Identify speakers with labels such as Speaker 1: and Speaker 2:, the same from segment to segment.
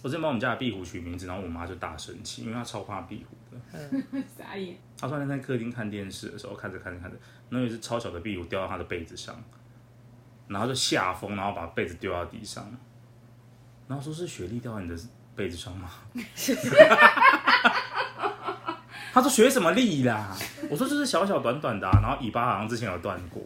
Speaker 1: 我之前帮我们家的壁虎取名字，然后我妈就大生气，因为她超怕壁虎的。
Speaker 2: 傻眼，
Speaker 1: 她说她在客厅看电视的时候，看着看着看着，然后有一只超小的壁虎掉到她的被子上，然后就吓疯，然后把被子丢到地上，然后说是雪莉掉到你的被子上吗？ 她说学什么力啦？我说就是小小短短的、啊，然后尾巴好像之前有断过，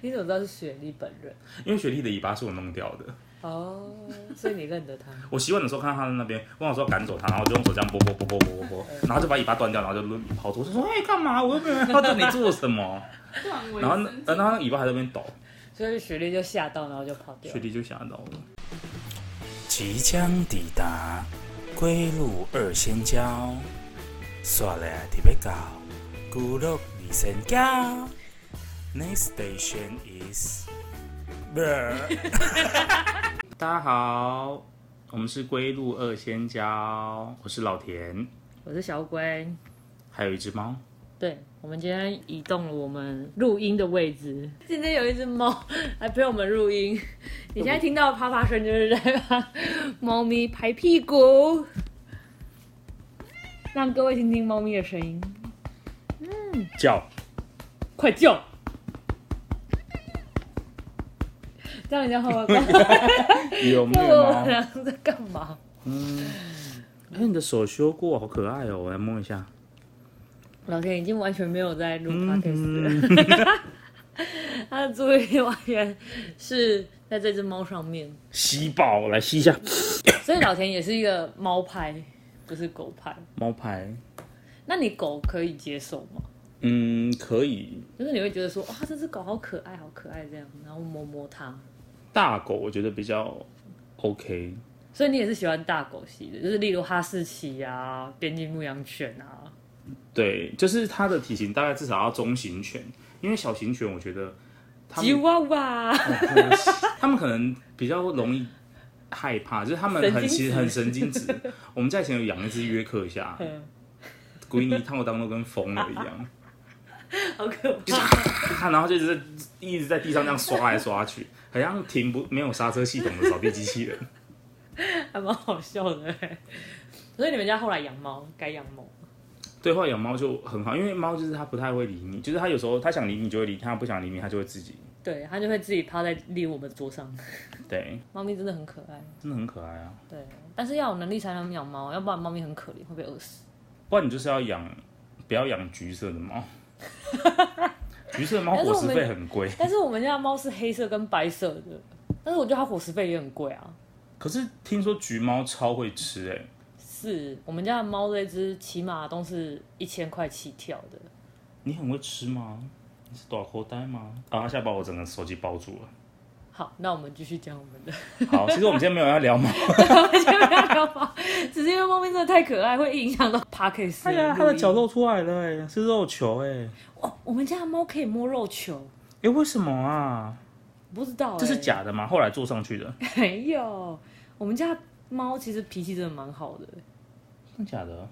Speaker 3: 你怎么知道是雪莉本人？
Speaker 1: 因为雪莉的尾巴是我弄掉的。
Speaker 3: 哦，所以你认得他？
Speaker 1: 我洗碗的时候看到他在那边，我想说赶走他，然后我就用手这样拨拨拨拨拨拨拨，
Speaker 2: 嗯
Speaker 1: 然后就把尾巴断掉，然后就跑走。我就说：“哎、干嘛？我又没有 要对你做什么。
Speaker 2: 断”尾
Speaker 1: 然后那
Speaker 2: 生
Speaker 1: 呃
Speaker 2: 气
Speaker 1: 然后那尾巴还在那边抖，
Speaker 3: 所以雪莉就吓到，然后就跑掉
Speaker 1: 雪
Speaker 3: 了。
Speaker 1: 莉就吓到了。即将抵达归路二仙交，刷了特别高，孤路二仙交。Next station is，大家好，我们是归路二仙交，我是老田。
Speaker 3: 我是小龟。
Speaker 1: 还有一只猫，
Speaker 3: 对，我们今天移动了我们录音的位置。今天有一只猫来陪我们录音，你现在听到的啪啪声就是在帮 猫咪拍屁股，让各位听听猫咪的声音，
Speaker 1: 叫
Speaker 3: 快叫！这样人家会 不会不知道
Speaker 1: 有没有
Speaker 3: 我们
Speaker 1: 猫？
Speaker 3: 俩在干嘛？
Speaker 1: 哎，你的手修过，好可爱哦！我来摸一下。
Speaker 3: 老天已经完全没有在录 podcast 了。
Speaker 1: 嗯，
Speaker 3: 他的注意力完全是在这只猫上面，
Speaker 1: 吸爆，我来吸一下。
Speaker 3: 所以老田也是一个猫派，不是狗派。
Speaker 1: 猫牌，
Speaker 3: 那你狗可以接受吗？
Speaker 1: 嗯，可以。
Speaker 3: 就是你会觉得说，哇，这只狗好可爱，好可爱这样，然后摸摸它。
Speaker 1: 大狗我觉得比较 OK，
Speaker 3: 所以你也是喜欢大狗系的，就是例如哈士奇啊、边境牧羊犬啊。
Speaker 1: 对，就是它的体型大概至少要中型犬，因为小型犬我觉得它
Speaker 3: 吉
Speaker 1: 们
Speaker 3: 娃娃，
Speaker 1: 它们可能比较容易害怕，就是它们很
Speaker 3: 神经质
Speaker 1: 其实很神经质。 我们家以前有养一只约克夏，
Speaker 3: 嗯
Speaker 1: 闺女烫我当都跟疯了一 样。
Speaker 3: 好可
Speaker 1: 就是
Speaker 3: 怕！
Speaker 1: 他然后就一直在一直在地上这样刷来刷去，好像停不没有刹车系统的扫地机器 人。
Speaker 3: 还蛮好笑的欸。所以你们家后来养猫，改养猫。
Speaker 1: 对，后来养猫就很好，因为猫就是它不太会理你，就是它有时候它想理你就会理，它不想理你它就会自己。
Speaker 3: 对，它就会自己趴在离我们桌上。
Speaker 1: 对，
Speaker 3: 猫咪真的很可爱。
Speaker 1: 真的很可爱啊。
Speaker 3: 对，但是要有能力才能养猫，要不然猫咪很可怜，会被饿死。
Speaker 1: 不然你就是要养，不要养橘色的 猫。橘色的猫
Speaker 3: 但是
Speaker 1: 伙
Speaker 3: 我
Speaker 1: 食
Speaker 3: 们
Speaker 1: 费很贵，
Speaker 3: 但是我们家的猫是黑色跟白色的，但是我觉得它伙食费也很贵啊。
Speaker 1: 可是听说橘猫超会吃哎、
Speaker 3: 是我们家的猫这只起码都是一千块起跳的，
Speaker 1: 你很会吃吗？你是短口袋吗？啊，它现在把我整个手机包住了。
Speaker 3: 好，那我们继续讲我们的。
Speaker 1: 好，其实我们今天没有要聊猫，
Speaker 3: 只是因为猫咪真的太可爱，会影响 到 p a c k e t
Speaker 1: 哎 呀，它的脚露出来了哎、是肉球哎、
Speaker 3: 哦，我们家的猫可以摸肉球，
Speaker 1: 哎，为什么啊？
Speaker 3: 不知道、欸、
Speaker 1: 这是？假的吗？后来做上去的，
Speaker 3: 没有，我们家猫其实脾气真的蛮好的，
Speaker 1: 真假的？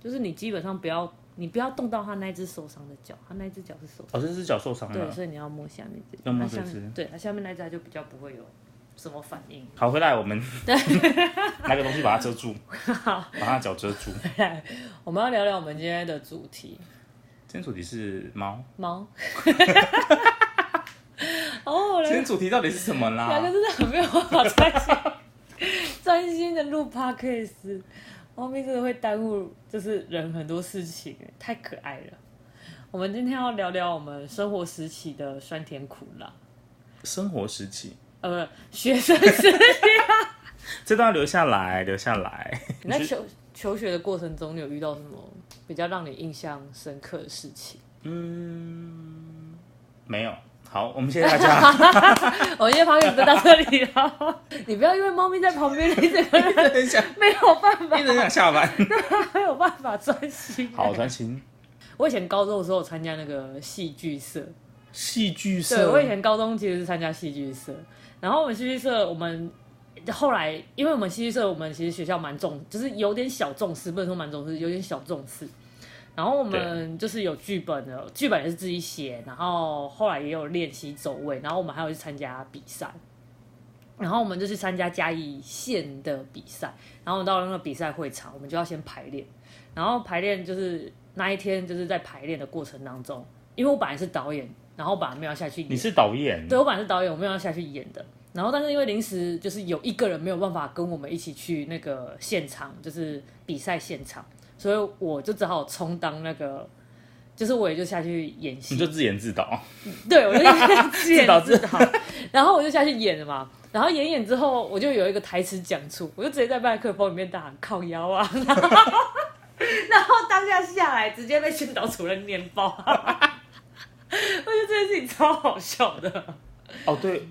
Speaker 3: 就是你基本上不要你不要动到它那只受伤的脚，它那只脚是受伤的。
Speaker 1: 哦，这只脚受伤
Speaker 3: 对，
Speaker 1: 了。
Speaker 3: 所以你要摸下面这，
Speaker 1: 要摸
Speaker 3: 它下
Speaker 1: 这只
Speaker 3: 面，对，它下面那只它就比较不会有什么反应。
Speaker 1: 好，回来我们 拿个东西把它遮 住，把它脚遮住。
Speaker 3: 我们要聊聊我们今天的主题，
Speaker 1: 今天主题是猫，
Speaker 3: 猫。 哦，我
Speaker 1: 今天
Speaker 3: 来
Speaker 1: 主题到底是什么啦
Speaker 3: 两？个真的很没有办法专心专心的录 podcast，猫咪真的会耽误就是人很多事情，太可爱了。我们今天要聊聊我们生活时期的酸甜苦辣，
Speaker 1: 生活时期，
Speaker 3: 呃，不，学生时
Speaker 1: 这段要留下来，留下来。
Speaker 3: 你在求求学的过程中，你有遇到什么比较让你印象深刻的事情？
Speaker 1: 嗯，没有。 好，我们谢谢大家。
Speaker 3: 我今天 p o d 就到这里了， 你不要因为猫咪在旁边，你整个人
Speaker 1: 等一下，
Speaker 3: 没有办法，
Speaker 1: 一直想下班。
Speaker 3: 没有办法专心。
Speaker 1: 好，专心。
Speaker 3: 我以前高中的时候有参加那个戏剧社，
Speaker 1: 戏剧社，
Speaker 3: 对我以前高中其实是参加戏剧社，然后我们戏剧社我们。后来，因为我们戏剧社，我们其实学校蛮重，就是有点小重视，不能说蛮重视，有点小重视。然后我们就是有剧本的，剧本也是自己写，然后后来也有练习走位，然后我们还有去参加比赛。然后我们就去参加嘉义县的比赛，然后我们到了那个比赛会场，我们就要先排练，然后排练就是那一天就是在排练的过程当中，因为我本来是导演，然后我本来没有下去演
Speaker 1: 你，是导演，
Speaker 3: 对我本来是导演，我没有要下去演的。然后，但是因为临时就是有一个人没有办法跟我们一起去那个现场，就是比赛现场，所以我就只好充当那个，就是我也就下去演戏
Speaker 1: 你，就自演自导，
Speaker 3: 对，我就在
Speaker 1: 自导
Speaker 3: 演 自导，然后我就下去演了嘛。然后演一演之后，我就有一个台词讲出，我就直接在麦克风里面大喊“靠腰啊”，然后 然后当下下来，直接被训导主任念 爆。我觉得这件事情超好笑的。
Speaker 1: 哦对，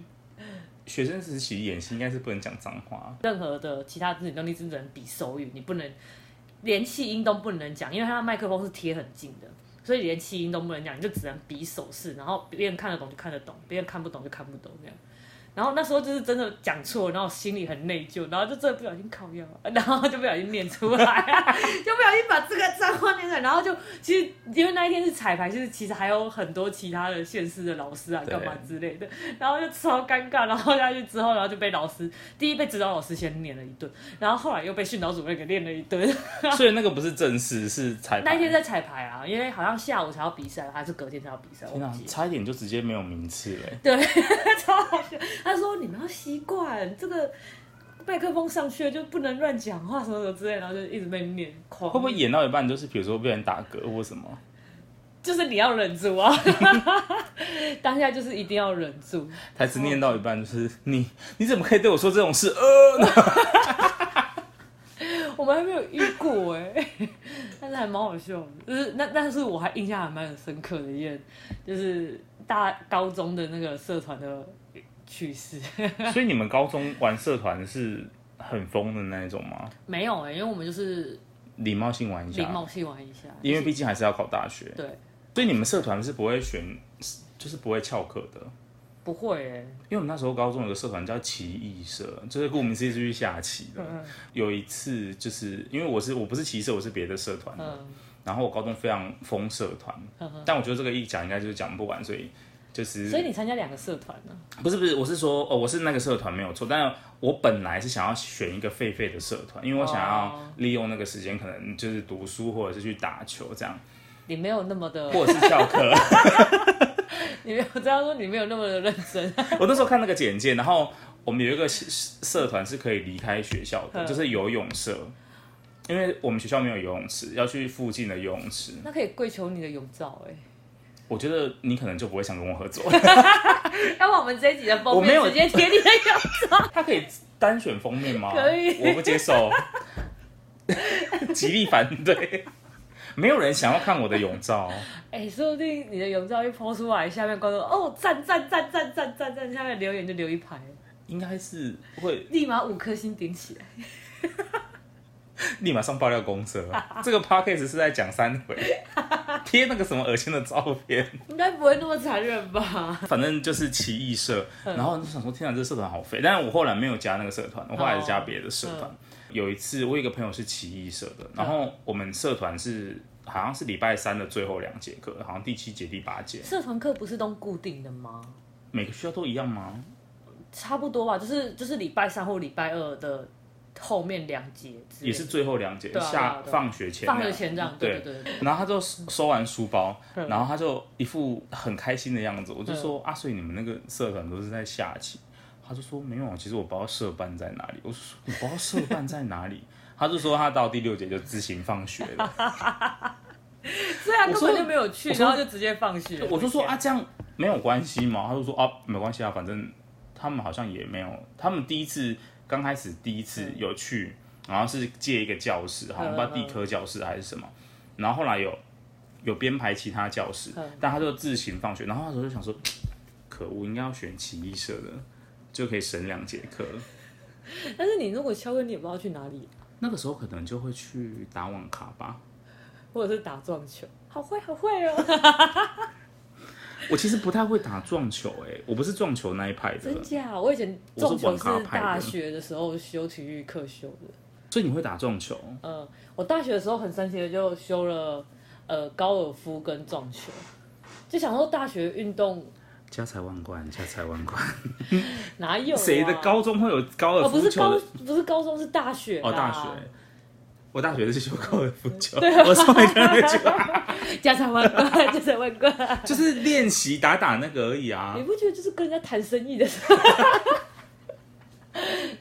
Speaker 1: 学生时期演戏应该是不能讲脏话，
Speaker 3: 任何的其他肢体动力是只能比手语，你不能连气音都不能讲，因为它的麦克风是贴很近的，所以连气音都不能讲，你就只能比手势，然后别人看得懂就看得懂，别人看不懂就看不懂这样。然后那时候就是真的讲错，然后心里很内疚，然后就真的不小心靠腰，然后就不小心念出来、啊，就不小心把这个脏话念出来，然后就其实因为那一天是彩排，就是其实还有很多其他的县市的老师啊
Speaker 1: 对
Speaker 3: 干嘛之类的，然后就超尴尬，然后下去之后，然后就被老师第一被指导老师先念了一顿，然后后来又被训导主任给念了一顿。
Speaker 1: 所以那个不是正式，是彩排。
Speaker 3: 那一天在彩排啊，因为好像下午才要比赛，还是隔天才要比赛，我
Speaker 1: 天啊
Speaker 3: 忘记，了。
Speaker 1: 差一点就直接没有名次欸嘞。
Speaker 3: 对，超好笑。他说你们要习惯这个麦克风上去了就不能乱讲话什么什么之类，然后就一直被念 狂。
Speaker 1: 会不会演到一半就是比如说被人打嗝或什么？
Speaker 3: 就是你要忍住啊？ 当下就是一定要忍住。
Speaker 1: 台
Speaker 3: 哦
Speaker 1: 词念到一半就是你你怎么可以对我说这种事？呃，
Speaker 3: 我们还没有遇过哎、 但是还蛮好笑的。就是那但是我还印象还蛮深刻的一件，就是大高中的那个社团的趣事。
Speaker 1: 所以你们高中玩社团是很疯的那一种吗？
Speaker 3: 没有哎、因为我们就是
Speaker 1: 礼貌性玩一
Speaker 3: 礼
Speaker 1: 下，
Speaker 3: 貌性玩一下，
Speaker 1: 因为毕竟还是要考大学，
Speaker 3: 对
Speaker 1: 所以你们社团是不会选，就是不会翘课的。
Speaker 3: 不会哎、
Speaker 1: 因为我们那时候高中有个社团叫棋艺社，就是顾名思义是去下棋的。
Speaker 3: 嗯
Speaker 1: 有一次就是因为我是我不是棋社，我是别的社团的，
Speaker 3: 嗯
Speaker 1: 然后我高中非常疯社团，
Speaker 3: 嗯
Speaker 1: 但我觉得这个一讲应该就是讲不完，所以就是
Speaker 3: 嗯，所以你参加两个社团呢、
Speaker 1: 不是不是，我是说哦，我是那个社团没有错，但我本来是想要选一个狒狒的社团，因为我想要
Speaker 3: 哦
Speaker 1: 利用那个时间，可能就是读书或者是去打球这样，
Speaker 3: 你没有那么的，
Speaker 1: 或者是翘课。
Speaker 3: 你没有这样说，你没有那么的认真。
Speaker 1: 我那时候看那个简介，然后我们有一个社社团是可以离开学校的，
Speaker 3: 嗯
Speaker 1: 就是游泳社，因为我们学校没有游泳池，要去附近的游泳池。
Speaker 3: 那可以跪求你的泳照哎、
Speaker 1: 我觉得你可能就不会想跟我合作，
Speaker 3: 要不然我们这一集的
Speaker 1: 我
Speaker 3: 封
Speaker 1: 没
Speaker 3: 面
Speaker 1: 有
Speaker 3: 直接贴你的泳
Speaker 1: 他可以单选封面吗？
Speaker 3: 可以
Speaker 1: 我不接受，极力反对。没有人想要看我的泳照，
Speaker 3: 哎、说不定你的泳照一抛出来，下面观众哦赞赞赞赞赞赞赞，下面留言就留一排，
Speaker 1: 应该是会
Speaker 3: 立马五颗星顶起来。
Speaker 1: 立马上爆料公社。这个 podcast 是在讲三回，贴那个什么恶心的照片，
Speaker 3: 应该不会那么残忍吧？
Speaker 1: 反正就是奇异社。
Speaker 3: 嗯
Speaker 1: 然后就想说，天啊，这社团好肥！但是我后来没有加那个社团，我后来是加别的社团。
Speaker 3: 哦嗯
Speaker 1: 有一次，我有一个朋友是奇异社的，然后我们社团是好像是礼拜三的最后两节课，好像第七节、第八节，
Speaker 3: 社团课不是都固定的吗？
Speaker 1: 每个学校都一样吗？
Speaker 3: 差不多吧，就是就是礼拜三或礼拜二的后面两节之类的，
Speaker 1: 也是最后两节，
Speaker 3: 对啊对啊
Speaker 1: 下
Speaker 3: 对啊
Speaker 1: 放学前那
Speaker 3: 放
Speaker 1: 样，
Speaker 3: 学前这嗯样，对对对对。
Speaker 1: 然后他就收完书包，然后他就一副很开心的样子。我
Speaker 3: 嗯
Speaker 1: 就说：“啊，所以你们那个社团都是在下棋？”他就说：“没有，其实我不知道社办在哪里。”我就说：“你不知道社办在哪里？”他就说他到第六节就自行放学了。
Speaker 3: 对啊，
Speaker 1: 我
Speaker 3: 根
Speaker 1: 说
Speaker 3: 本就没有去，
Speaker 1: 我说
Speaker 3: 然后就直接放学。
Speaker 1: 我就说：“啊，，这样没有关系嘛？”他就说：“啊，没关系啊，反正他们好像也没有，他们第一次刚开始第一
Speaker 3: 嗯
Speaker 1: 次有去，然后是借一个教室，好像不知道地科教室还是什么，然后后来有有编排其他教室
Speaker 3: 嗯，
Speaker 1: 但他就自行放学，然后那时候就想说，可恶，应该要选奇艺社的，就可以省两节课。
Speaker 3: 啊但是你如果敲个，你也不知道去哪里，
Speaker 1: 那个时候可能就会去打网咖吧。
Speaker 3: 或者是打撞球，好会好会哦，
Speaker 1: 我其实不太会打撞球、欸，我不是撞球那一派的
Speaker 3: 真，假？我以前撞
Speaker 1: 我
Speaker 3: 球
Speaker 1: 是
Speaker 3: 是
Speaker 1: 网咖派的
Speaker 3: 大学的时候修体育课修的，
Speaker 1: 所以你会打撞球。
Speaker 3: 嗯，我大学的时候很神奇的就修了呃高尔夫跟撞球，就想说大学运动
Speaker 1: 家财万贯，家财万贯。
Speaker 3: 哪有、啊？
Speaker 1: 谁的高中会有高尔
Speaker 3: 哦，不
Speaker 1: 夫
Speaker 3: 是
Speaker 1: 球
Speaker 3: 高
Speaker 1: 的？，
Speaker 3: 不是高中，是大学。
Speaker 1: 哦，大学。我大学是修高尔夫球，
Speaker 3: 对啊
Speaker 1: 我上一个那个
Speaker 3: 学，家财万 贯，家财万贯。
Speaker 1: 就是练习打打那个而已啊
Speaker 3: 你。不觉得就是跟人家谈生意的时候，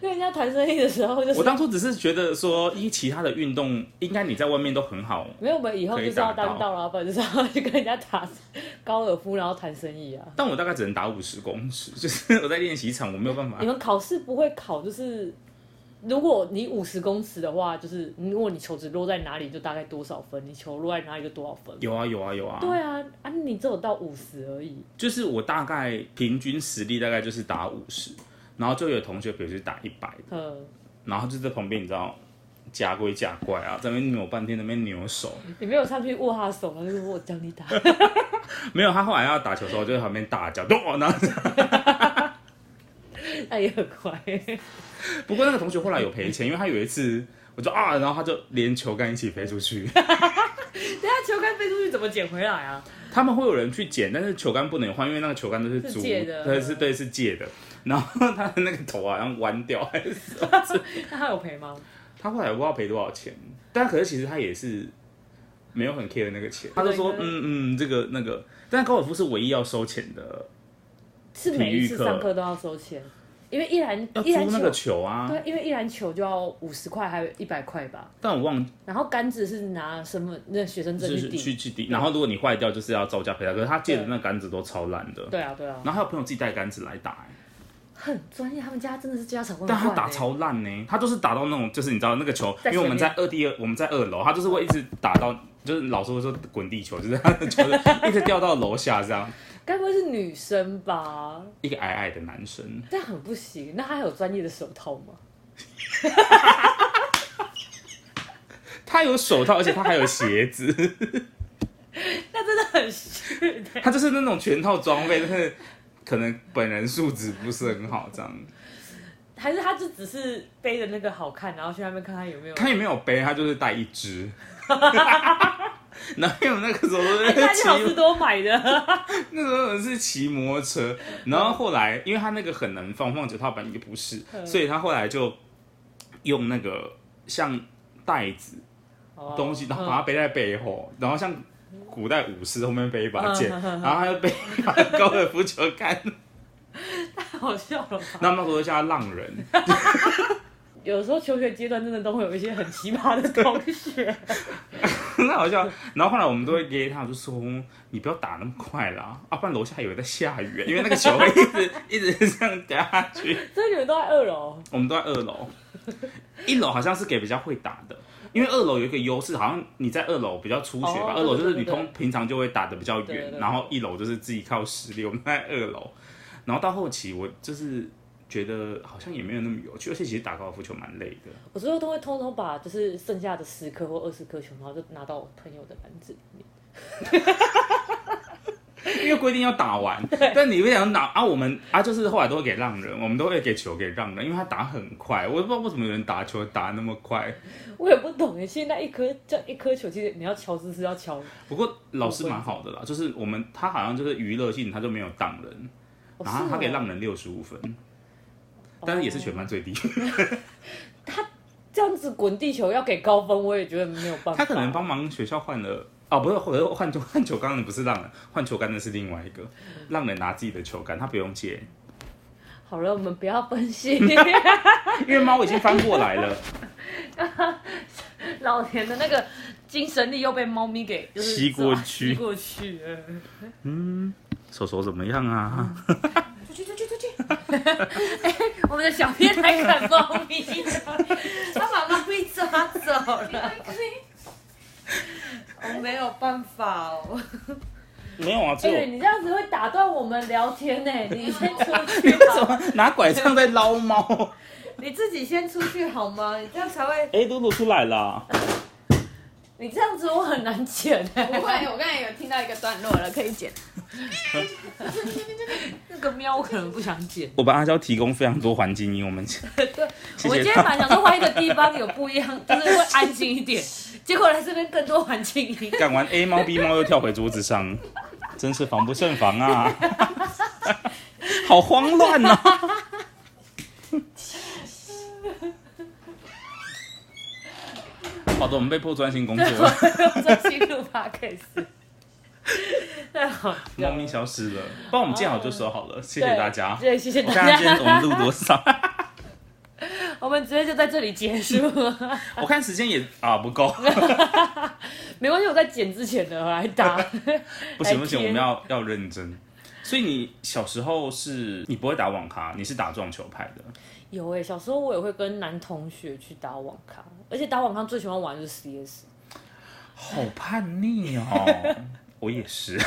Speaker 3: 跟人家谈生意的时候，就是
Speaker 1: 我当初只是觉得说，因为其他的运动应该你在外面都很好，
Speaker 3: 没有，我们以后就是要当大老板，就是要去跟人家打高尔夫，然后谈生意啊。
Speaker 1: 但我大概只能打五十公尺， 就是我在练习场我没有办法
Speaker 3: 你。们考试不会考，就是如果你五十公尺的话，就是如果你球只落在哪里，就大概多少分；你球落在哪里就多少分。
Speaker 1: 有啊有啊有啊，
Speaker 3: 对啊，啊，你只有到五十而已。
Speaker 1: 就是我大概平均实力大概就是打五十，然后就有同学比如说打一百的，
Speaker 3: 嗯，
Speaker 1: 然后就在旁边你知道假鬼假怪啊，在那边扭半天，在那边扭手。
Speaker 3: 你没有上去握他的手，然后就说我教你打。
Speaker 1: 没有，他后来要打球的时候，我就在旁边大叫，咚！然后
Speaker 3: 那也很快。
Speaker 1: 不过那个同学后来有赔钱，因为他有一次，我就啊，然后他就连球杆一起飞出 去。
Speaker 3: 等下球杆飞出去怎么捡回来啊？
Speaker 1: 他们会有人去捡，但是球杆不能换，因为那个球杆都是
Speaker 3: 是
Speaker 1: 租
Speaker 3: 借的
Speaker 1: 对，是对是借的。然后他的那个头好像弯掉， 还是
Speaker 3: 那他有赔吗？
Speaker 1: 他后来不知道赔多少钱，但可是其实他也是没有很 care 那个钱，他就说
Speaker 3: 对
Speaker 1: 嗯嗯这个那个，但高尔夫是唯一要收钱的，
Speaker 3: 是每一
Speaker 1: 体育
Speaker 3: 次
Speaker 1: 课
Speaker 3: 上课都要收钱，因为一篮
Speaker 1: 要
Speaker 3: 一篮
Speaker 1: 租
Speaker 3: 球
Speaker 1: 那个球啊。
Speaker 3: 对，因为一篮球就要五十块，还有一百块吧。
Speaker 1: 但我忘
Speaker 3: 然后杆子是拿什么那学生证
Speaker 1: 就是
Speaker 3: 去
Speaker 1: 去
Speaker 3: 抵。
Speaker 1: 去抵，然后如果你坏掉就是要照价赔他，可是他借的那杆子都超烂的。
Speaker 3: 对啊，对啊，
Speaker 1: 然后还有朋友自己带杆子来打、欸
Speaker 3: 很专业，他们家真的是家常万
Speaker 1: 但
Speaker 3: 贯、
Speaker 1: 他
Speaker 3: 欸。
Speaker 1: 打超烂呢、他就是打到那种，就是你知道那个球，
Speaker 3: 在
Speaker 1: 因为我们
Speaker 3: 前
Speaker 1: 在二第二，我们在二楼，他就是会一直打到，就是老师会说滚地球，就是他 的球就一直掉到楼下这样。
Speaker 3: 该不会是女生吧？
Speaker 1: 一个矮矮的男生，
Speaker 3: 但很不行，那他有专业的手套吗？
Speaker 1: 他有手套，而且他还有鞋子，
Speaker 3: 那真的很欸虚的、
Speaker 1: 他就是那种全套装备，但是可能本人素质不是很好这样。
Speaker 3: 还是他就只是背的那个好看，然后去那边看看有没有。
Speaker 1: 他也没有背，他就是带一只。 然后因为我那个时候都
Speaker 3: 哎
Speaker 1: 是
Speaker 3: 他去好
Speaker 1: 骑
Speaker 3: 事多买的，
Speaker 1: 那时候是骑摩托车，然后后来因为他那个很难放，放脚踏板也不是，
Speaker 3: 嗯
Speaker 1: 所以他后来就用那个像袋子
Speaker 3: 哦
Speaker 1: 东西，然后
Speaker 3: 嗯
Speaker 1: 把它背在背后，然后像古代武士后面背一把
Speaker 3: 嗯
Speaker 1: 剑，
Speaker 3: 嗯嗯嗯
Speaker 1: 然后他就背 一把高尔夫球杆，
Speaker 3: 太好笑了吧？
Speaker 1: 那他们都叫他浪人。
Speaker 3: 有时候求学阶段真的都会有一些很奇葩的同 学，
Speaker 1: 很好笑。然后后来我们都会给他，我就说你不要打那么快啦，啊，不然楼下以为在下雨，因为那个球会一直 一直这样掉下去。
Speaker 3: 所以你们都在二楼。
Speaker 1: 我们都在二楼，一楼好像是给比较会打的，因为二楼有一个优势，好像你在二楼比较初学吧，
Speaker 3: 哦
Speaker 1: 二楼就是你
Speaker 3: 对对对
Speaker 1: 通平常就会打的比较
Speaker 3: 对对
Speaker 1: 远，
Speaker 3: 对
Speaker 1: 然后一楼就是自己靠实力。我们在二楼，然后到后期我就是觉得好像也没有那么有趣，而且其实打高尔夫球蛮累的。
Speaker 3: 我最后都会通通把就是剩下的十颗或二十颗球，然后就拿到我朋友的篮子里面。
Speaker 1: 因为规定要打 完，但你不想打啊？我们啊，就是后来都会给让人，我们都会给球给让人，因为他打很快，我也不知道为什么有人打球打那么快。
Speaker 3: 我也不懂哎，现在一颗这一颗球，其实你要敲姿势要敲，哦
Speaker 1: 不过老师蛮好的啦，就是我们他好像就是娱乐性，他就没有挡人，
Speaker 3: 哦
Speaker 1: 然后啊他给，
Speaker 3: 是哦
Speaker 1: 让人六十五分，但是也是全班最低。
Speaker 3: 这样子滚地球要给高分，我也觉得没有办法。
Speaker 1: 他可能帮忙学校换了。哦，不是，或者换球换球杆的不是让人，换球杆的是另外一个，
Speaker 3: 嗯
Speaker 1: 让人拿自己的球杆，他不用借，
Speaker 3: 好了，我们不要分 析
Speaker 1: 因为猫已经翻过来了，
Speaker 3: 老田的那个精神力又被猫咪给就是
Speaker 1: 吸过去
Speaker 3: 吸过去了。
Speaker 1: 手手怎么样啊？
Speaker 3: 嗯出去出去出 去！哎、我们的小编来赶猫咪了，他把猫咪抓走了。
Speaker 2: 哎
Speaker 3: 我没有办法哦。
Speaker 1: 没有啊，只
Speaker 3: 哎、
Speaker 1: 有
Speaker 3: 你这样子会打断我们聊天呢、你先出
Speaker 1: 你
Speaker 3: 去
Speaker 1: 为什
Speaker 3: 好，
Speaker 1: 么拿拐杖在捞猫？
Speaker 3: 你自己先出去好吗？你这样才会，
Speaker 1: 哎、露露出来了，
Speaker 3: 你这样子我很难剪哎、
Speaker 2: 不会，我刚才有听到一个段落了，可以剪。
Speaker 3: 那个喵我可能不想剪。
Speaker 1: 我帮阿娇提供非常多环境音，我们
Speaker 3: 对，
Speaker 1: 谢
Speaker 3: 我
Speaker 1: 谢
Speaker 3: 今天
Speaker 1: 他
Speaker 3: 本来想说换一个地方有不一样，就是会安静一点，结果来这边更多环境音。
Speaker 1: 干完 A 猫 B 猫又跳回桌子上，真是防不胜防啊！好慌乱 哦。好的，我们被迫专心工作了，
Speaker 3: 专心录 podcast。那好，
Speaker 1: 猫咪消失了。帮我们见好就收好了，谢
Speaker 3: 对
Speaker 1: 谢大家。
Speaker 3: 对，谢谢
Speaker 1: 我
Speaker 3: 大
Speaker 1: 看看今天我
Speaker 3: 家。
Speaker 1: 们录多少，
Speaker 3: 我们直接就在这里结束，
Speaker 1: 我看时间也啊不 够，
Speaker 3: 没关系，我在剪之前的我来打。
Speaker 1: 不行不行，我们要要认真。所以你小时候是你不会打网咖，你是打撞球拍的。
Speaker 3: 有哎、小时候我也会跟男同学去打网咖，而且打网咖最喜欢玩的是 CS。
Speaker 1: 好叛逆哦！ 我也是，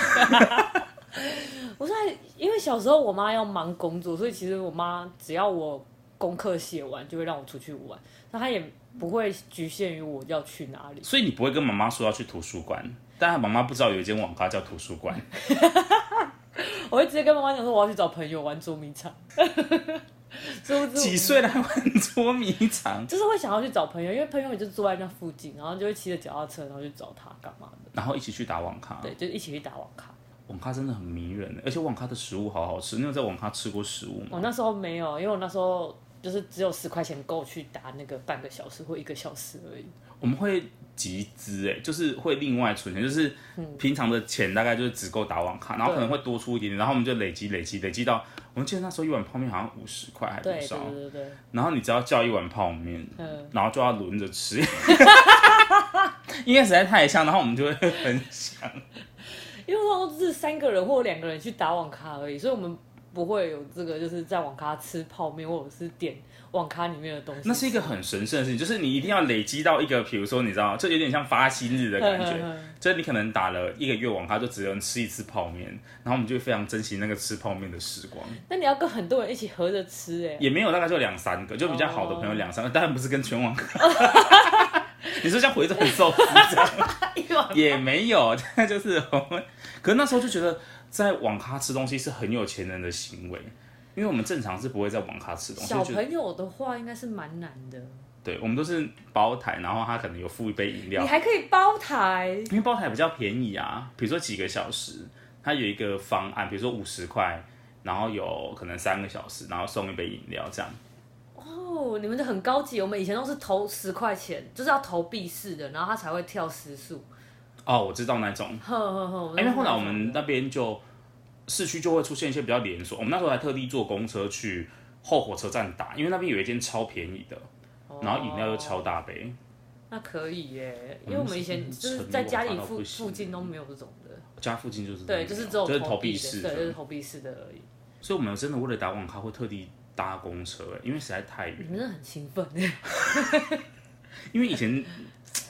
Speaker 3: 我现在因为小时候我妈要忙工作，所以其实我妈只要我功课写完，就会让我出去玩，那她也不会局限于我要去哪里。
Speaker 1: 所以你不会跟妈妈说要去图书馆，但妈妈不知道有一间网咖叫图书 馆。
Speaker 3: 我会直接跟妈妈讲说我要去找朋友玩捉迷藏， 殊不
Speaker 1: 几
Speaker 3: 知
Speaker 1: 岁了还玩捉迷藏，
Speaker 3: 就是会想要去找朋友，因为朋友也就住在那附近，然后就会骑着脚踏车，然后去找他干嘛的。
Speaker 1: 然后一起去打网咖。
Speaker 3: 对，就一起去打网咖。
Speaker 1: 网咖真的很迷人，欸而且网咖的食物好好吃。你有在网咖吃过食物吗？
Speaker 3: 我那时候没有，因为我那时候就是只有十块钱够去打那个半个小时或一个小时而已。
Speaker 1: 我们会集资，哎，就是会另外存钱，就是
Speaker 3: 嗯
Speaker 1: 平常的钱大概就是只够打网咖，然后可能会多出一点点，然后我们就累积累积累积到，我们记得那时候一碗泡面好像五十块还多
Speaker 3: 对对
Speaker 1: 少，
Speaker 3: 对对对，
Speaker 1: 然后你只要叫一碗泡面，
Speaker 3: 嗯，
Speaker 1: 然后就要轮着吃， 因为实在太像，然后我们就会分享。
Speaker 3: 因为我都是三个人或两个人去打网咖而已，所以我们不会有这个就是在网咖吃泡面或者是点网咖里面的东西。
Speaker 1: 那是一个很神圣的事情，就是你一定要累积到一个，比如说你知道，就有点像发薪日的感
Speaker 3: 嗯嗯
Speaker 1: 觉
Speaker 3: 嗯，
Speaker 1: 就是你可能打了一个月网咖，就只能吃一次泡面，然后我们就会非常珍惜那个吃泡面的时光。
Speaker 3: 那你要跟很多人一起合着吃哎、
Speaker 1: 也没有，大概就两三个，就比较好的朋友
Speaker 3: 哦
Speaker 1: 两三个，当然不是跟全 网。你说像回转寿司这样，
Speaker 3: 一碗
Speaker 1: 也没有， 但就是我们，可是那时候就觉得在网咖吃东西是很有钱人的行为，因为我们正常是不会在网咖吃东西，
Speaker 3: 小
Speaker 1: 就觉得
Speaker 3: 朋友的话应该是蛮难的，
Speaker 1: 对我们都是包台，然后他可能有付一杯饮料
Speaker 3: 你，还可以包台，
Speaker 1: 因为包台比较便宜啊，比如说几个小时，它有一个方案，比如说五十块，然后有可能三个小时，然后送一杯饮料这样。
Speaker 3: 哦，你们这很高级，我们以前都是投十块钱，就是要投币式的，然后它才会跳时速。
Speaker 1: 哦，我知道那种，
Speaker 3: 呵呵呵，
Speaker 1: 因为后来我们
Speaker 3: 的
Speaker 1: 哎那边就市区就会出现一些比较连锁，我们那时候还特地坐公车去后火车站打，因为那边有一间超便宜的，
Speaker 3: 哦
Speaker 1: 然后饮料又超大杯。
Speaker 3: 那可以耶，
Speaker 1: 我们
Speaker 3: 因为我们以前就是在家
Speaker 1: 嗯
Speaker 3: 里
Speaker 1: 是很沉
Speaker 3: 附
Speaker 1: 迷网咖到不行
Speaker 3: 附近都没有这种的，
Speaker 1: 家附近就是
Speaker 3: 对，就是只有
Speaker 1: 就是投
Speaker 3: 投
Speaker 1: 币
Speaker 3: 币
Speaker 1: 式
Speaker 3: 的，
Speaker 1: 的
Speaker 3: 对，就是投币式的而已。
Speaker 1: 所以我们真的为了打网咖会特地搭公车、欸，因为实在太
Speaker 3: 你
Speaker 1: 远，
Speaker 3: 们真的很兴奋，欸
Speaker 1: 因为以前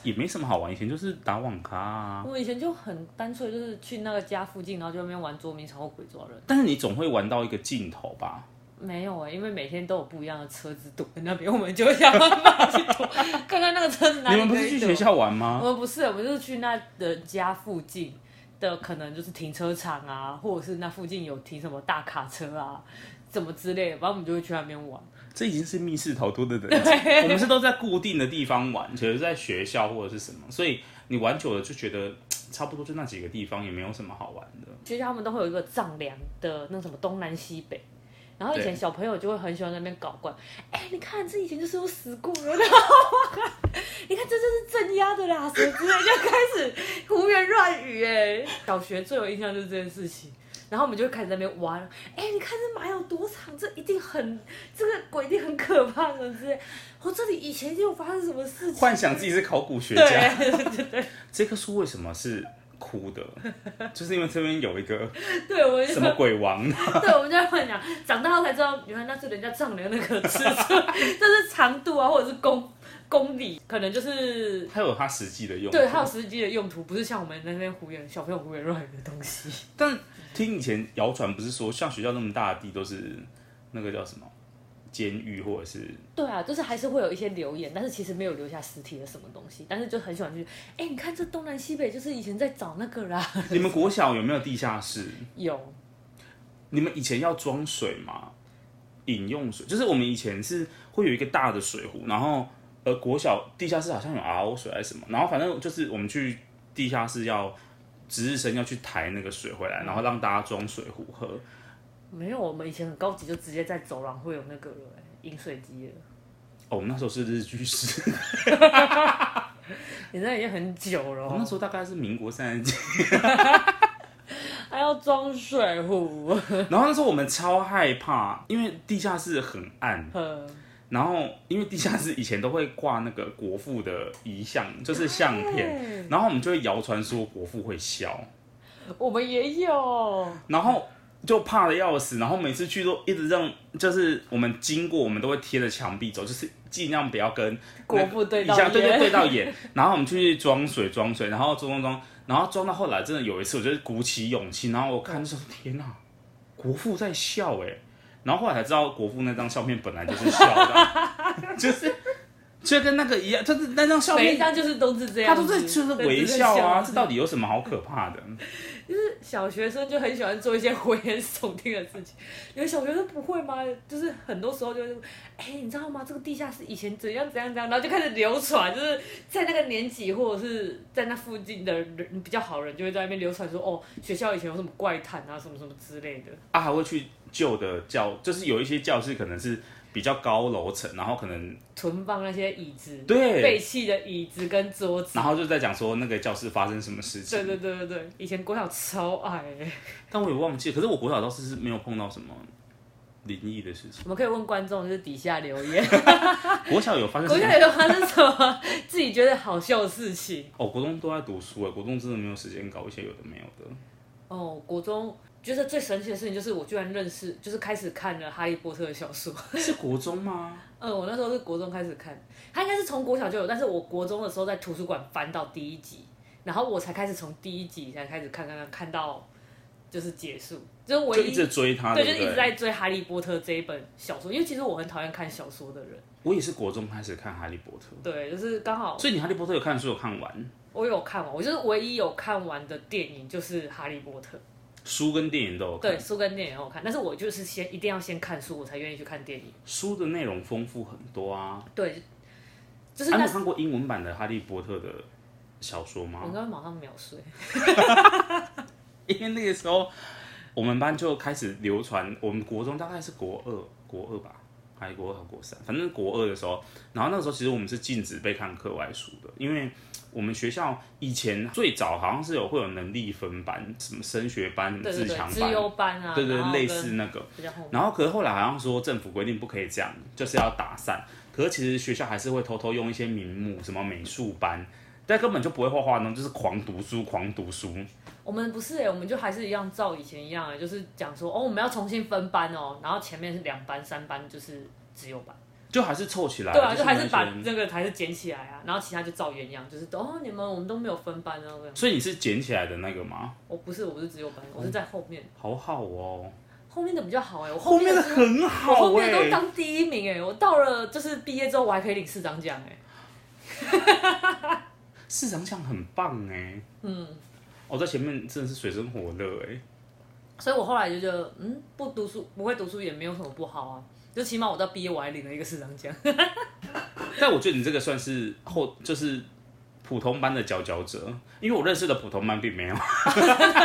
Speaker 1: 也没什么好玩，以前就是打网咖啊
Speaker 3: 我。们以前就很单纯，就是去那个家附近，然后就在那边玩捉迷藏或鬼抓人。
Speaker 1: 但是你总会玩到一个尽头吧？
Speaker 3: 没有哎，因为每天都有不一样的车子躲在那边，我们就会想办法去躲，看看那个车子哪
Speaker 1: 你
Speaker 3: 里
Speaker 1: 们不
Speaker 3: 可
Speaker 1: 是
Speaker 3: 以
Speaker 1: 去
Speaker 3: 躲
Speaker 1: 学校玩吗？
Speaker 3: 我们啊不是，我们就是去那的家附近的，可能就是停车场啊，或者是那附近有停什么大卡车啊，怎么之类的，反正我们就会去那边玩。
Speaker 1: 这已经是密室逃脱的等 级。我们是都在固定的地方玩，其实在学校或者是什么，所以你玩久了就觉得差不多就那几个地方，也没有什么好玩的。
Speaker 3: 学校他们都会有一个丈量的那什么东南西北。然后以前
Speaker 1: 对
Speaker 3: 小朋友就会很喜欢在那边搞怪，哎，你看这以前就是有死过的，然后 你看这就是镇压的啦，什么之类就开始胡言乱语哎。小学最有印象就是这件事情，然后我们就会开始在那边挖，哎，你看这马有多长，这一定很这个鬼一定很可怕什么之类。我、这里以前就有发生什么事情？
Speaker 1: 幻想自己是考古学
Speaker 3: 对
Speaker 1: 家。
Speaker 3: 对 对对
Speaker 1: 这棵树为什么是枯的？ 就是因为这边有一 个
Speaker 3: 对，我就
Speaker 1: 什么鬼王。
Speaker 3: 对，我们就在幻想，长大后才知道，原来那是人家丈量那个尺寸，就是长度啊，或者是公公里，可能就是
Speaker 1: 它有它实际的用途。
Speaker 3: 对，还有实际的用途，不是像我们那边胡言小朋友胡言乱语的东西。
Speaker 1: 但听以前谣传不是说，像学校那么大的地都是那个叫什么监狱，或者是
Speaker 3: 对啊，就是还是会有一些留言，但是其实没有留下实体的什么东西，但是就很喜欢去，哎、你看这东南西北，就是以前在找那个啊啦，
Speaker 1: 你们国小有没有地下室？
Speaker 3: 有
Speaker 1: 你们以前要装水吗？饮用水，就是我们以前是会有一个大的水壶，然后呃国小地下室好像有 RO 水还是什么，然后反正就是我们去地下室要值日生要去抬那个水回来，然后让大家装水壶喝。
Speaker 3: 没有，我们以前很高级，就直接在走廊会有那个了饮水机了。
Speaker 1: 哦，我们那时候是日居室，
Speaker 3: 你那已经很久了
Speaker 1: 我那
Speaker 3: 哦，
Speaker 1: 时候大概是民国三十几，
Speaker 3: 还要装水 壶。
Speaker 1: 然后那时候我们超害怕，因为地下室很暗，
Speaker 3: 嗯
Speaker 1: 然后因为地下室以前都会挂那个国父的遗像，就是相片，然后我们就会谣传说国父会笑，
Speaker 3: 我们也有，
Speaker 1: 然后就怕的要死，然后每次去都一直让，就是我们经过我们都会贴着墙壁走，就是尽量不要跟
Speaker 3: 国父对到
Speaker 1: 一下对对
Speaker 3: 眼
Speaker 1: 对到 眼，然后我们去装水装水，然后装装装，然后装到后来真的有一次，我就是鼓起勇气，然后我看就是天哪、国父在笑哎、然后后来才知道国父那张照片本来就是笑 的，就是就跟那个一样，就是那张照
Speaker 3: 每
Speaker 1: 片
Speaker 3: 一。张就是都是这样
Speaker 1: 他
Speaker 3: 子，
Speaker 1: 都在就是
Speaker 3: 对
Speaker 1: 微笑啊，
Speaker 3: 就
Speaker 1: 这
Speaker 3: 是
Speaker 1: 到底有什么好可怕的？
Speaker 3: 小学生就很喜欢做一些危言耸听的事情，你们小学生不会吗？就是很多时候就是，哎、你知道吗？这个地下室以前怎样怎样怎样，然后就开始流传，就是在那个年级或者是在那附近的人比较好人就会在那边流传说，哦，学校以前有什么怪谈啊，什么什么之类的。
Speaker 1: 啊，还会去旧的教，就是有一些教室可能是比较高楼层，然后可能
Speaker 3: 存放那些椅子，废
Speaker 1: 对，
Speaker 3: 弃的椅子跟桌子
Speaker 1: 然。后就在讲说那个教室发生什么事情。
Speaker 3: 对对对对对，以前国小超爱、欸，
Speaker 1: 但我也忘记了，可是我国小倒是是没有碰到什么灵异的事情。
Speaker 3: 我们可以问观众，就是底下留言，
Speaker 1: 国小有发生
Speaker 3: 啊国
Speaker 1: 什
Speaker 3: 小
Speaker 1: 么？
Speaker 3: 有发生什么自己觉得好笑的事情？
Speaker 1: 哦，国中都在读书哎，国中真的没有时间搞一些有的没有的。
Speaker 3: 哦，国中觉得最神奇的事情就是我居然认识，就是开始看了《哈利波特》的小说。
Speaker 1: 是国中吗？
Speaker 3: 嗯，我那时候是国中开始看，他应该是从国小就有，但是我国中的时候在图书馆翻到第一集，然后我才开始从第一集才开始看看看看到就是结束，就是
Speaker 1: 就
Speaker 3: 唯
Speaker 1: 一
Speaker 3: 一。
Speaker 1: 直追他，
Speaker 3: 对，
Speaker 1: 不
Speaker 3: 就是一直
Speaker 1: 对？
Speaker 3: 在追《哈利波特》这一本小说，因为其实我很讨厌看小说的人。
Speaker 1: 我也是国中开始看《哈利波特
Speaker 3: 对，就是刚好》，
Speaker 1: 所以你《哈利波特》有看书有看完，
Speaker 3: 我有看完，我就是唯一有看完的电影就是《哈利波特》。
Speaker 1: 书跟电影都有看。
Speaker 3: 对，，书跟电影很好看，但是我就是先一定要先看书，我才愿意去看电影。
Speaker 1: 书的内容丰富很多啊。
Speaker 3: 对，就是
Speaker 1: 啊，你
Speaker 3: 那
Speaker 1: 有看过英文版的《哈利波特》的小说
Speaker 3: 我应
Speaker 1: 吗？
Speaker 3: 该会马上秒睡。
Speaker 1: 因为那个时候我们班就开始流传，我们国中大概是国二、国二吧，还国二和国三，反正国二的时候，然后那个时候其实我们是禁止被看课外书的，因为。我们学校以前最早好像是有会有能力分班，什么升学班、什么
Speaker 3: 对
Speaker 1: 自
Speaker 3: 对
Speaker 1: 强
Speaker 3: 对，
Speaker 1: 班，
Speaker 3: 资优班啊，
Speaker 1: 对对
Speaker 3: 然后
Speaker 1: 类
Speaker 3: 跟
Speaker 1: 似那个。
Speaker 3: 比较后面。
Speaker 1: 然后可是后来好像说政府规定不可以这样，就是要打散。可是其实学校还是会偷偷用一些名目，什么美术班，但根本就不会画画呢，就是狂读书，狂读书。
Speaker 3: 我们不是哎、我们就还是一样照以前一样哎、就是讲说哦，我们要重新分班哦，然后前面是两班、三班，就是资优班。
Speaker 1: 就还是凑起来，
Speaker 3: 对啊，
Speaker 1: 就
Speaker 3: 就是
Speaker 1: 那
Speaker 3: 还
Speaker 1: 些
Speaker 3: 是把那个还是捡起来啊，然后其他就照原样，就是哦，你们我们都没有分班啊。这样
Speaker 1: 所以你是捡起来的那个吗？
Speaker 3: 我不是，我不是资优班，我
Speaker 1: 哦
Speaker 3: 是在后面，
Speaker 1: 好好哦，
Speaker 3: 后面的比较好哎、我
Speaker 1: 后
Speaker 3: 面
Speaker 1: 面的
Speaker 3: 是
Speaker 1: 很
Speaker 3: 我
Speaker 1: 好
Speaker 3: 后面都
Speaker 1: 哎、
Speaker 3: 当第一名哎、我到了就是毕业之后，我还可以领市长奖哎、
Speaker 1: 市长奖很棒哎、嗯，我、在前面真的是水深火热哎、
Speaker 3: 所以我后来就觉得，嗯，不读书不会读书也没有什么不好啊，就起码我到毕业我还领了一个市 长奖。
Speaker 1: 但我觉得你这个算是后就是普通班的佼佼者，因为我认识的普通班并没有。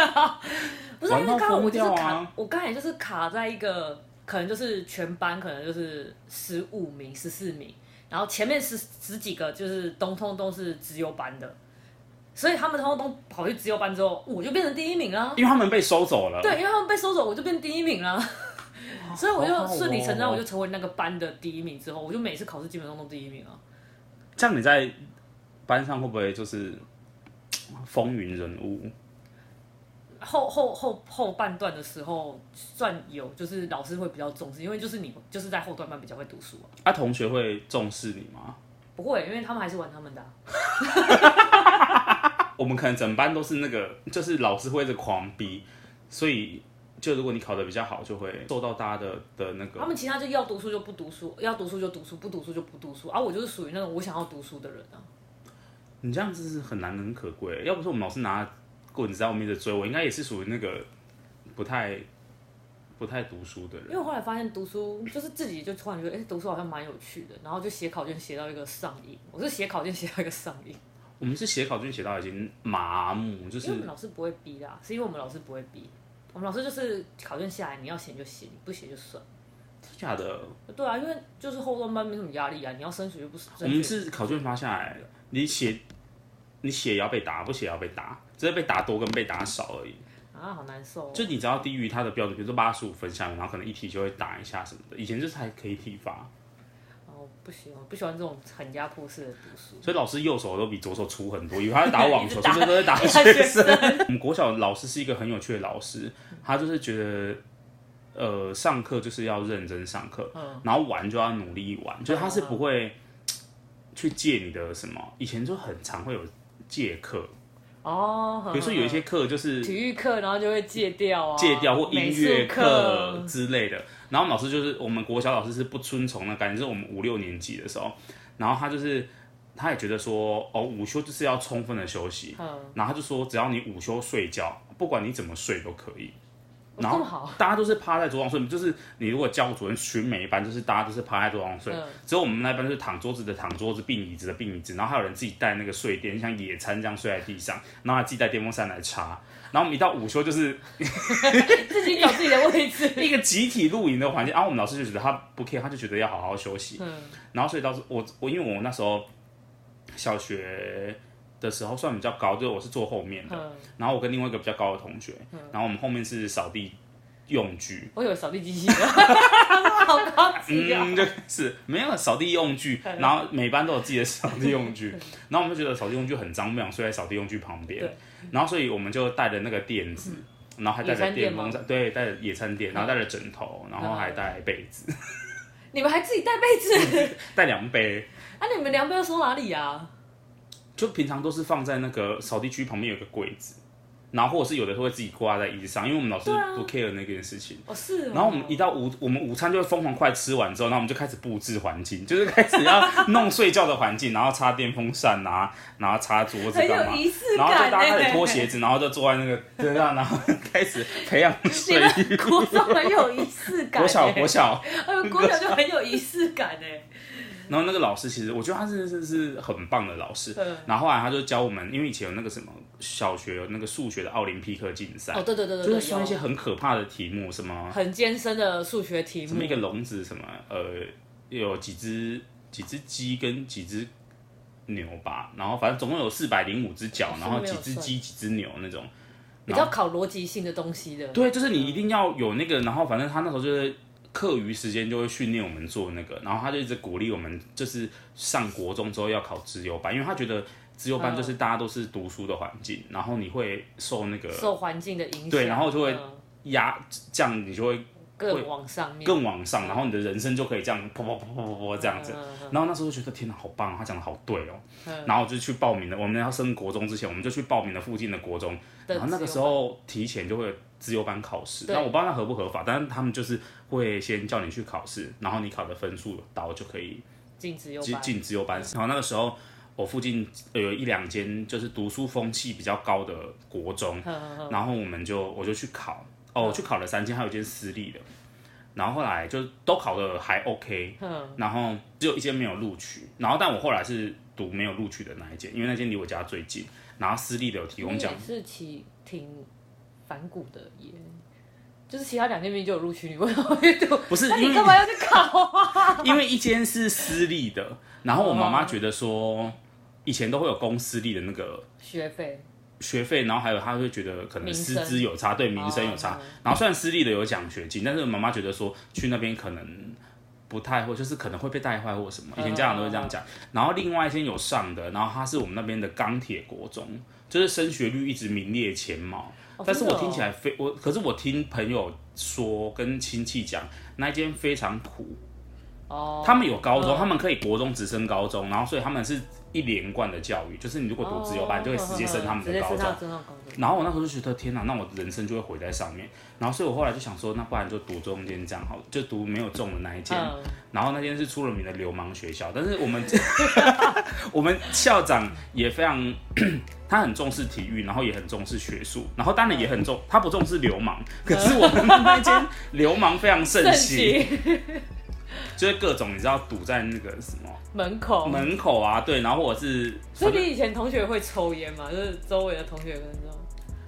Speaker 3: 不是因为刚好我就是
Speaker 1: 玩到疯掉
Speaker 3: 卡，
Speaker 1: 啊
Speaker 3: 我刚才就是卡在一个可能就是全班可能就是十五名、十四名，然后前面十十几个就是通通都是资优班的，所以他们通通都跑去资优班之后，我就变成第一名啊啦。
Speaker 1: 因为他们被收走了。
Speaker 3: 对，因为他们被收走，我就变第一名了。所以我
Speaker 1: 好好
Speaker 3: 就
Speaker 1: 哦
Speaker 3: 顺理成章，我就成为那个班的第一名。之后，我就每次考试基本上都第一名啊。
Speaker 1: 这样你在班上会不会就是嘖风云人物？
Speaker 3: 后后后后半段的时候，算有就是老师会比较重视，因为就是你就是在后段班比较会读书啊。
Speaker 1: 啊，同学会重视你吗？
Speaker 3: 不会，因为他们还是玩他们的啊、
Speaker 1: 我们可能整班都是那个，就是老师会一直狂逼，所以就如果你考的比较好，就会受到大家的的那
Speaker 3: 他
Speaker 1: 个。
Speaker 3: 们其他就要读书就不读书，要读书就读书，不读书就不读书。啊，我就是属于那种我想要读书的人啊。
Speaker 1: 你这样子是很难能可贵。要不是我们老师拿棍子在后面一直追我，应该也是属于那个不太不太读书的
Speaker 3: 因为
Speaker 1: 人。
Speaker 3: 我后来发现读书就是自己就突然觉得，哎、读书好像蛮有趣的，然后就写考卷写到一个上瘾。我是写考卷写到一个上瘾，
Speaker 1: 我们是写考卷写到已经麻木，就
Speaker 3: 因为
Speaker 1: 是
Speaker 3: 我们老师不会逼啦，是因为我们老师不会逼。我们老师就是考卷下来，你要写你就写，你不写就算。
Speaker 1: 真假的？
Speaker 3: 对啊，因为就是后段班没什么压力啊，你要升学就不升学。
Speaker 1: 我们是考卷发下来，你写你写也要被打，不写也要被打，只是被打多跟被打少而已。
Speaker 3: 啊，好难受、哦。
Speaker 1: 就你只要低于他的标准，比如说八十五分下面，然后可能一题就会打一下什么的。以前就是还可以体罚，
Speaker 3: 哦，不行，我不喜欢这种很压迫式的读书。
Speaker 1: 所以老师右手都比左手粗很多，因为他在打网球，
Speaker 3: 一直打
Speaker 1: 所以都在打
Speaker 3: 一直打
Speaker 1: 学
Speaker 3: 学
Speaker 1: 生。我们国小老师是一个很有趣的老师，他就是觉得。呃，上课就是要认真上课，
Speaker 3: 嗯
Speaker 1: 然后玩就要努力玩，就是他是不会去借你的什么。以前就很常会有借课，
Speaker 3: 哦，
Speaker 1: 比如说有一些课就是
Speaker 3: 嗯体育课，然后就会戒掉啊，
Speaker 1: 戒掉或音乐
Speaker 3: 美术课，
Speaker 1: 之类的。然后我们老师就是我们国小老师是不遵从的，感觉是我们五六年级的时候，然后他就是他也觉得说哦午休就是要充分的休息，
Speaker 3: 嗯，
Speaker 1: 然后他就说只要你午休睡觉，不管你怎么睡都可以。
Speaker 3: 哦
Speaker 1: 然
Speaker 3: 这么
Speaker 1: 后
Speaker 3: 好，
Speaker 1: 大家都是趴在桌上睡，就是你如果教主任巡每一班，就是大家都是趴在桌上睡
Speaker 3: 嗯，
Speaker 1: 只有我们那班就是躺桌子的躺桌子，并椅子的并椅子，然后还有人自己带那个睡垫，像野餐这样睡在地上，然后还自己带电风扇来插。然后我们一到午休就是
Speaker 3: 自己找自己的位置。
Speaker 1: 一个集体露营的环境，然、后啊我们老师就觉得他不 care，他就觉得要好好休息，
Speaker 3: 嗯，
Speaker 1: 然后所以当时我我因为我那时候小学的时候算比较高，就是我是坐后面的，
Speaker 3: 嗯
Speaker 1: 然后我跟另外一个比较高的同学，然后我们后面是扫地用具，
Speaker 3: 我有扫地机器人，好高级啊！
Speaker 1: 嗯，就是没有扫地用具，
Speaker 3: 嗯
Speaker 1: 然后每班都有自己的扫地用具， 然后我们就觉得扫地用具很脏，不想睡在扫地用具旁边嗯
Speaker 3: 对，嗯
Speaker 1: 然后所以我们就带着那个垫子，然后还带
Speaker 3: 野
Speaker 1: 着
Speaker 3: 餐垫嗯
Speaker 1: 电风扇，对，带着野餐垫，然后带着枕头，然后还带被子，
Speaker 3: 你们还自己带被子？
Speaker 1: 带两杯，
Speaker 3: 啊，你们凉被要收哪里啊？
Speaker 1: 就平常都是放在那个扫地区旁边有个柜子，然后或者是有的会自己挂在椅子上，因为我们老师
Speaker 3: 对啊
Speaker 1: 不 care 那件事情。
Speaker 3: 哦，是哦。
Speaker 1: 然后我们一到午，我们午餐就会疯狂快吃完之后，然后我们就开始布置环境，就是开始要弄睡觉的环境， 然后擦电风扇啊，然后擦桌子
Speaker 3: 很
Speaker 1: 干嘛
Speaker 3: 有，仪式
Speaker 1: 然后就
Speaker 3: 感
Speaker 1: 大家开始
Speaker 3: 欸
Speaker 1: 脱鞋子，然后就坐在那个对啊，然后开始培养
Speaker 3: 你
Speaker 1: 睡
Speaker 3: 们国中很有仪式感欸。
Speaker 1: 国小国小，
Speaker 3: 哎呦，国小就很有仪式感哎。
Speaker 1: 然后那个老师其实我觉得他真的是是很棒的老师，
Speaker 3: 嗯
Speaker 1: 然后后来他就教我们，因为以前有那个什么小学有那个数学的奥林匹克竞赛，
Speaker 3: 哦，对对对对，
Speaker 1: 就
Speaker 3: 对
Speaker 1: 是算一些
Speaker 3: 有
Speaker 1: 很可怕的题目，什么
Speaker 3: 很艰深的数学题
Speaker 1: 什么
Speaker 3: 目
Speaker 1: 一。个笼子，什么呃，有几只几只鸡跟几只牛吧，然后反正总共有四百零五只脚
Speaker 3: 哦，
Speaker 1: 然后
Speaker 3: 是没
Speaker 1: 几
Speaker 3: 有
Speaker 1: 只
Speaker 3: 算
Speaker 1: 鸡几只牛那种。
Speaker 3: 比较考逻辑性的东西的。
Speaker 1: 对，就是你一定要有那个，然后反正他那时候就是课余时间就会训练我们做那个，然后他就一直鼓励我们，就是上国中之后要考资优班，因为他觉得资优班就是大家都是读书的环境，然后你会受那个
Speaker 3: 受环境的影响，
Speaker 1: 对然后就会
Speaker 3: 嗯
Speaker 1: 压，这样你就会会
Speaker 3: 更往上面，
Speaker 1: 更往上，然后你的人生就可以这样啪啪啪啪啪啪这样子。
Speaker 3: 嗯嗯
Speaker 1: 然后那时候就觉得天哪，好棒、啊！他讲的好对哦。
Speaker 3: 嗯
Speaker 1: 然后就去报名了。我们要升国中之前，我们就去报名了附近的国中。
Speaker 3: 的
Speaker 1: 然后那个时候提前就会有自由班考试，
Speaker 3: 对
Speaker 1: 那我不知道那合不合法，但是他们就是会先叫你去考试，然后你考的分数到就可以
Speaker 3: 禁止优
Speaker 1: 进
Speaker 3: 班，嗯
Speaker 1: 进自由班。然后那个时候。我附近呃有一两间就是读书风气比较高的国中，然后我们就我就去考，
Speaker 3: 嗯
Speaker 1: 哦，我去考了三间，还有一间私立的，然后后来就都考的还 OK，
Speaker 3: 嗯，
Speaker 1: 然后只有一间没有录取，然后但我后来是读没有录取的那一间，因为那间离我家最近，然后私立的有提供
Speaker 3: 你
Speaker 1: 奖
Speaker 3: 也，是其挺反骨的耶。就是其他两天明明就有录取，你为什么会读？
Speaker 1: 不是
Speaker 3: 那
Speaker 1: 因
Speaker 3: 你
Speaker 1: 为
Speaker 3: 干嘛要去考啊？
Speaker 1: 因为一间是私立的，然后我妈妈觉得说，以前都会有公私立的那个
Speaker 3: 学费
Speaker 1: 学费，然后还有她会觉得可能
Speaker 3: 民
Speaker 1: 师
Speaker 3: 生
Speaker 1: 资有差，对民生有差
Speaker 3: 哦，
Speaker 1: 然后虽然私立的有奖学金，但是妈妈觉得说去那边可能。不太会，就是可能会被带坏或什
Speaker 3: 嗯
Speaker 1: 么，以前家长都会这样讲。然后另外一间有上的，然后它是我们那边的钢铁国中，就是升学率一直名列前茅。
Speaker 3: 哦
Speaker 1: 但是
Speaker 3: 真
Speaker 1: 我
Speaker 3: 的哦
Speaker 1: 听起来非我，可是我听朋友说跟亲戚讲，那一间非常苦，
Speaker 3: 哦，
Speaker 1: 他们有高中，
Speaker 3: 嗯
Speaker 1: 他们可以国中直升高中，然后所以他们是一连贯的教育，就是你如果读自由班，
Speaker 3: 哦
Speaker 1: 你就会直接升他们
Speaker 3: 直
Speaker 1: 的
Speaker 3: 接
Speaker 1: 高
Speaker 3: 升
Speaker 1: 中
Speaker 3: 他。升到高中。
Speaker 1: 然后我那时候就觉得天哪，那我人生就会毁在上面。然后所以我后来就想说，那不然就读中间这样好了，就读没有中的那一间。
Speaker 3: 嗯，
Speaker 1: 然后那间是出了名的流氓学校，但是我们 我们校长也非常， 他很重视体育，然后也很重视学术，然后当然也很重，他不重视流氓，可是我们那间流氓非常 盛
Speaker 3: 正
Speaker 1: 行，
Speaker 3: 经
Speaker 1: 就是各种你知道堵在那个什么。
Speaker 3: 门口，
Speaker 1: 门口啊，对，然后或者是，
Speaker 3: 所以你以前同学会抽烟吗？就是周围的同学跟这种，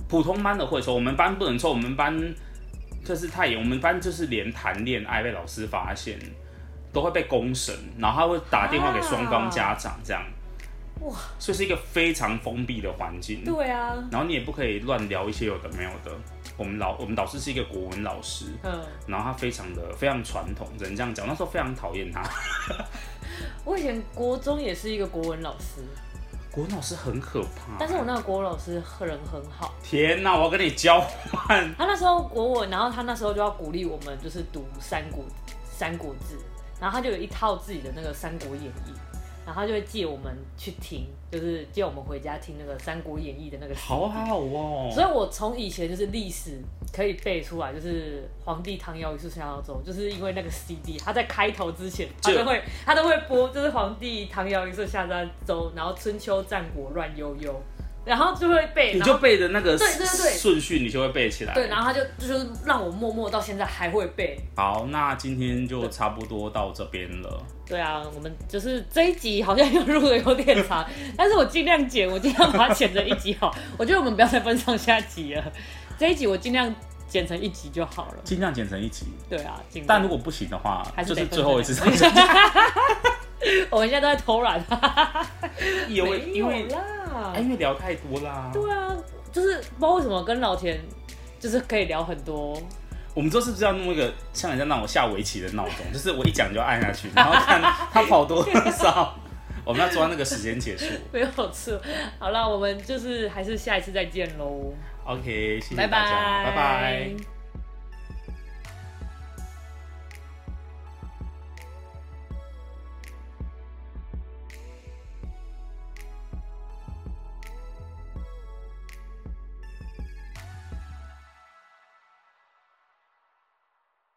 Speaker 1: 普通班的会抽，我们班不能抽，我们班就是太严，我们班就是连谈恋爱被老师发现都会被公审，然后他会打电话给双方家长这样。
Speaker 3: 哇！
Speaker 1: 所以是一个非常封闭的环境。
Speaker 3: 对啊，
Speaker 1: 然后你也不可以乱聊一些有的没有的。我们老我们导师是一个国文老师，
Speaker 3: 嗯，
Speaker 1: 然后他非常的非常传统，只能这样讲。那时候非常讨厌 他，
Speaker 3: 我以前国中也是一个国文老师，
Speaker 1: 国文老师很可怕。
Speaker 3: 但是我那个国文老师人很好，
Speaker 1: 天哪，我要跟你交换。
Speaker 3: 他那时候国文，然后他那时候就要鼓励我们就是读三国三国志，然后他就有一套自己的那个《三国演义》，然后他就会借我们去听，就是借我们回家听那个《三国演义》的那个。
Speaker 1: 好好哦，
Speaker 3: 所以我从以前就是历史可以背出来，就是皇帝唐尧与是夏商周，就是因为那个 CD，他在开头之前他
Speaker 1: 就
Speaker 3: 都会他都会播，就是皇帝唐尧与是夏商周，然后春秋战国乱悠悠，然后就会背，
Speaker 1: 你
Speaker 3: 然
Speaker 1: 就
Speaker 3: 后
Speaker 1: 背的那个
Speaker 3: 对对对
Speaker 1: 顺序，你就会背起来。
Speaker 3: 对，然后他就就是让我默默到现在还会背。
Speaker 1: 好，那今天就差不多到这边了。
Speaker 3: 对啊，我们就是这一集好像又录的有点长， 但是我尽量剪，我尽量把它剪成一集好。我觉得我们不要再分上下集了，这一集我尽量剪成一集就好了。
Speaker 1: 尽量剪成一集，
Speaker 3: 对啊，尽量
Speaker 1: 但如果不行的话，
Speaker 3: 还
Speaker 1: 就
Speaker 3: 是得
Speaker 1: 是
Speaker 3: 分
Speaker 1: 最后一次
Speaker 3: 成
Speaker 1: 上架。
Speaker 3: 我们现在都在偷懒，啊
Speaker 1: 因为
Speaker 3: 没
Speaker 1: 因为
Speaker 3: 啦
Speaker 1: 哎，因为聊太多啦。
Speaker 3: 对啊，就是不知道为什么跟老田就是可以聊很多，
Speaker 1: 我们之后是不是要弄一个像人家那种下围棋的闹钟，就是我一讲就按下去，然后看 他跑多 少？我们要抓那个时间结束。
Speaker 3: 没有错。好了，我们就是还是下一次再见喽，
Speaker 1: OK，谢谢
Speaker 3: 拜
Speaker 1: 大家，
Speaker 3: 拜，
Speaker 1: 拜拜。。